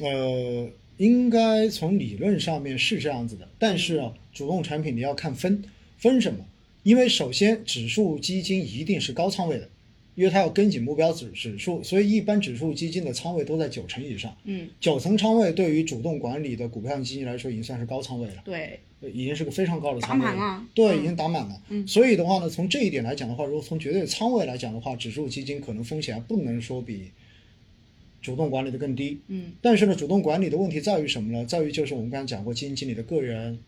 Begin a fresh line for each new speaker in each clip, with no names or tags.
呃，应该从理论上面是这样子的，但是啊，主动产品你要看分分什么，因为首先指数基金一定是高仓位的，因为它要跟紧目标指指数，所以一般指数基金的仓位都在九成以上，
嗯，
九成仓位对于主动管理的股票型基金来说已经算是高仓位了。
对，
已经是个非常高的仓位
打满了
对，
嗯
已经打满了。
嗯
所以的话呢，从这一点来讲的话，如果从绝对仓位来讲的话，指数基金可能风险不能说比主动管理的更低。
嗯，
但是呢，主动管理的问题在于什么呢？在于就是我们刚才讲过，基金经理的个人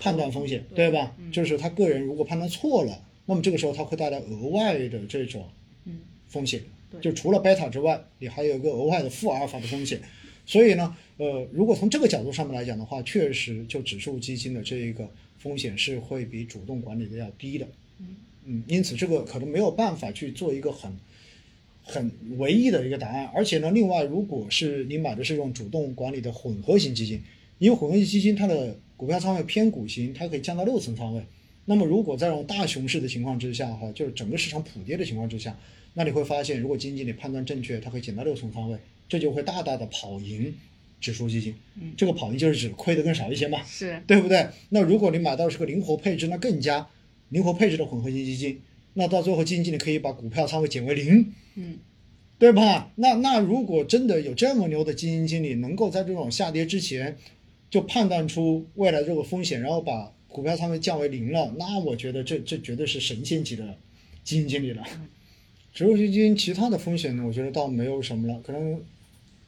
判断风险，
对
对吧？
嗯
就是他个人如果判断错了，那么这个时候他会带来额外的这种
嗯，
风险。
对
就除了贝塔之外，你还有一个额外的负阿尔法的风险。所以呢，呃，如果从这个角度上面来讲的话，确实就指数基金的这一个风险是会比主动管理的要低的。
嗯
因此这个可能没有办法去做一个很很唯一的一个答案。而且呢，另外如果是你买的是用主动管理的混合型基金，因为混合型基金它的股票仓位偏股型，它可以降到六层仓位。那么如果在这种大熊市的情况之下，哈，就是整个市场普跌的情况之下，那你会发现，如果基金经理判断正确，它可以减到六层仓位，这就会大大的跑赢指数基金。
嗯
这个跑赢就是指亏的更少一些嘛。
是，
对不对？那如果你买到是个灵活配置，那更加灵活配置的混合型基金，那到最后基金经理可以把股票仓位减为零，
嗯，
对吧？那那如果真的有这么牛的基金经理，能够在这种下跌之前就判断出未来这个风险，然后把股票仓位降为零了，那我觉得这这绝对是神仙级的基金经理了。
嗯
指数基金其他的风险呢，我觉得倒没有什么了，可能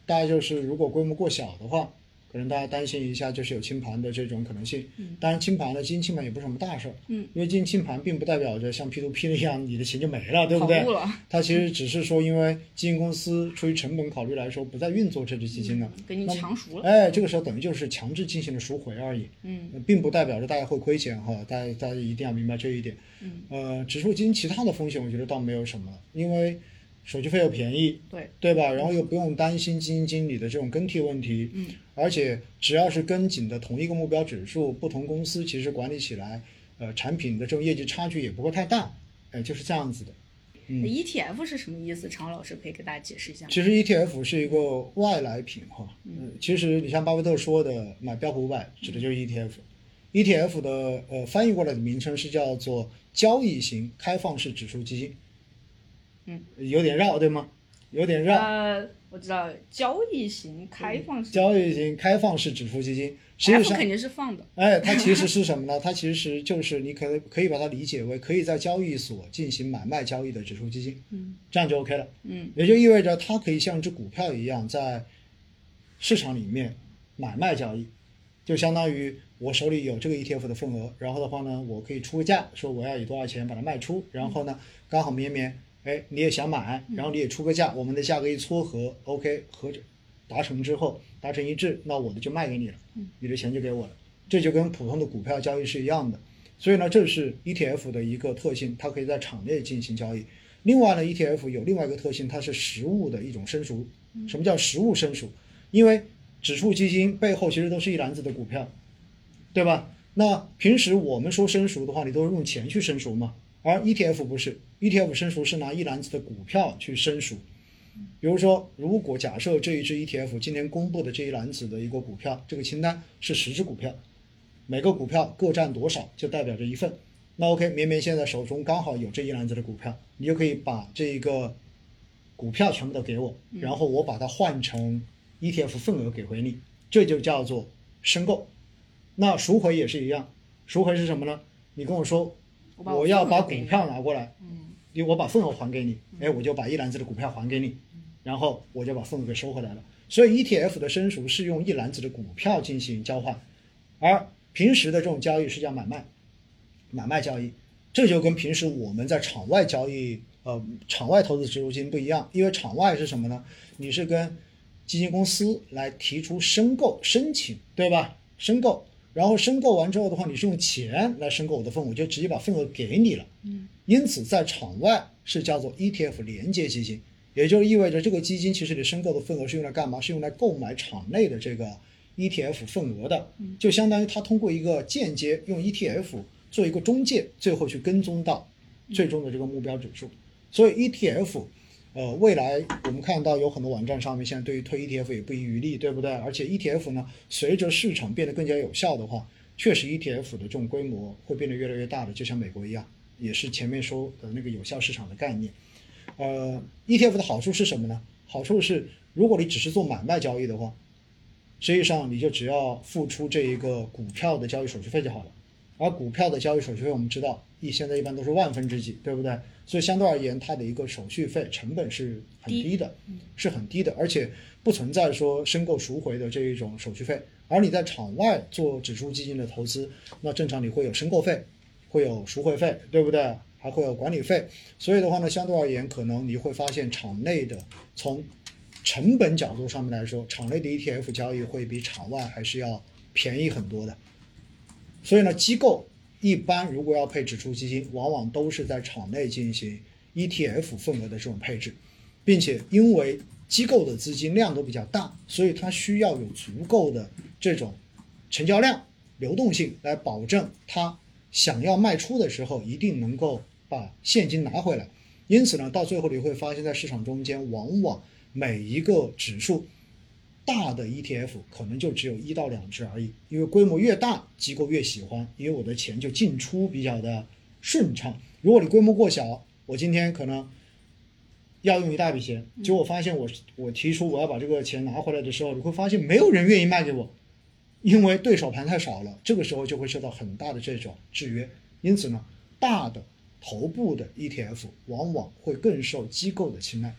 大家就是如果规模过小的话，可能大家担心一下就是有清盘的这种可能性。
嗯
当然清盘呢，基金清盘也不是什么大事儿，
嗯，
因为基金清盘并不代表着像 P to P 那样你的钱就没了，对不对
跑路了？
它其实只是说，因为基金公司出于成本考虑来说，不再运作这只基金了，
嗯给你
那么
强赎了，
哎，这个时候等于就是强制进行了赎回而已，
嗯
呃并不代表着大家会亏钱哈，大家大家一定要明白这一点。
嗯，
呃，指数基金其他的风险我觉得倒没有什么了，因为手续费又便宜，
对，
对吧？然后又不用担心基金经理的这种更替问题，
嗯，
而且只要是跟紧的同一个目标指数，不同公司其实管理起来，呃，产品的这种业绩差距也不会太大，哎，就是这样子的。嗯
ETF E 是什么意思？常老师可以给大家解释一下吗。
其实 ETF 是一个外来品哈，嗯，其实你像巴菲特说的买标普五百指的就是 E ETF。ETF 的呃翻译过来的名称是叫做交易型开放式指数基金，
嗯，
有点绕对吗？有点绕，
呃，我知道交易型开放式
嗯交易型开放式指数基金，实际
，F
上
肯定是放的，
哎，它其实是什么呢？ 它其实就是你可可以把它理解为可以在交易所进行买卖交易的指数基金，
嗯
这样就 OK 了。
嗯
也就意味着它可以像一只股票一样在市场里面买卖交易，就相当于我手里有这个 ETF 的份额，然后的话呢，我可以出个价，说我要以多少钱把它卖出，然后呢，刚好绵绵，哎，你也想买，然后你也出个价，我们的价格一撮合，OK，合着达成之后达成一致，那我的就卖给你了，你的钱就给我了，这就跟普通的股票交易是一样的。所以呢，这是 ETF 的一个特性，它可以在场内进行交易。另外呢，ETF 有另外一个特性，它是实物的一种申赎。什么叫实物申赎？因为指数基金背后其实都是一篮子的股票，对吧？那平时我们说申赎的话，你都是用钱去申赎嘛，而 ETF 不是，ETF ，E 申赎是拿一篮子的股票去申赎。比如说，如果假设这一只 ETF 今年公布的这一篮子的一个股票，这个清单是十只股票，每个股票各占多少，就代表着一份。那 OK，绵绵现在手中刚好有这一篮子的股票，你就可以把这个股票全部都给我，
嗯
然后我把它换成 ETF 份额给回你，这就叫做申购。那赎回也是一样，赎回是什么呢？你跟我说，
我把我
我要
份额
把
给
股
你
票拿过来，
嗯
因为我把份额还给你，哎，我就把一篮子的股票还给你，然后我就把份额给收回来了。所以 ETF 的申赎是用一篮子的股票进行交换，而平时的这种交易是叫买卖，买卖交易，这就跟平时我们在场外交易，呃，场外投资指数基金不一样，因为场外是什么呢？你是跟基金公司来提出申购申请，对吧？申购，然后申购完之后的话，你是用钱来申购我的份额，我就直接把份额给你了。
嗯
因此，在场外是叫做 ETF 连接基金，也就意味着这个基金其实你申购的份额是用来干嘛？是用来购买场内的这个 ETF 份额的，就相当于它通过一个间接用 ETF 做一个中介，最后去跟踪到最终的这个目标指数。所以 ETF，E 呃，未来我们看到有很多网站上面现在对于推 ETF 也不遗余力，对不对？而且 ETF 呢，随着市场变得更加有效的话，确实 ETF 的这种规模会变得越来越大的，就像美国一样，也是前面说的那个有效市场的概念。呃，ETF 的好处是什么呢？好处是，如果你只是做买卖交易的话，实际上你就只要付出这一个股票的交易手续费就好了。而股票的交易手续费，我们知道一现在一般都是万分之几，对不对？所以相对而言，它的一个手续费成本是很低的，是很低的，而且不存在说申购赎回的这一种手续费。而你在场外做指数基金的投资，那正常你会有申购费，会有赎回费，对不对？还会有管理费。所以的话呢，相对而言，可能你会发现场内的从成本角度上面来说，场内的 ETF 交易会比场外还是要便宜很多的。所以呢，机构一般如果要配指数基金，往往都是在场内进行 ETF 份额的这种配置，并且因为机构的资金量都比较大，所以它需要有足够的这种成交量、流动性来保证它想要卖出的时候一定能够把现金拿回来。因此呢，到最后你会发现在市场中间，往往每一个指数。大的 ETF 可能就只有一到两只而已，因为规模越大，机构越喜欢，因为我的钱就进出比较的顺畅。如果你规模过小，我今天可能要用一大笔钱，结果发现我我提出我要把这个钱拿回来的时候，你会发现没有人愿意卖给我，因为对手盘太少了，这个时候就会受到很大的这种制约。E 因此呢，大的头部的 ETF 往往会更受机构的青睐。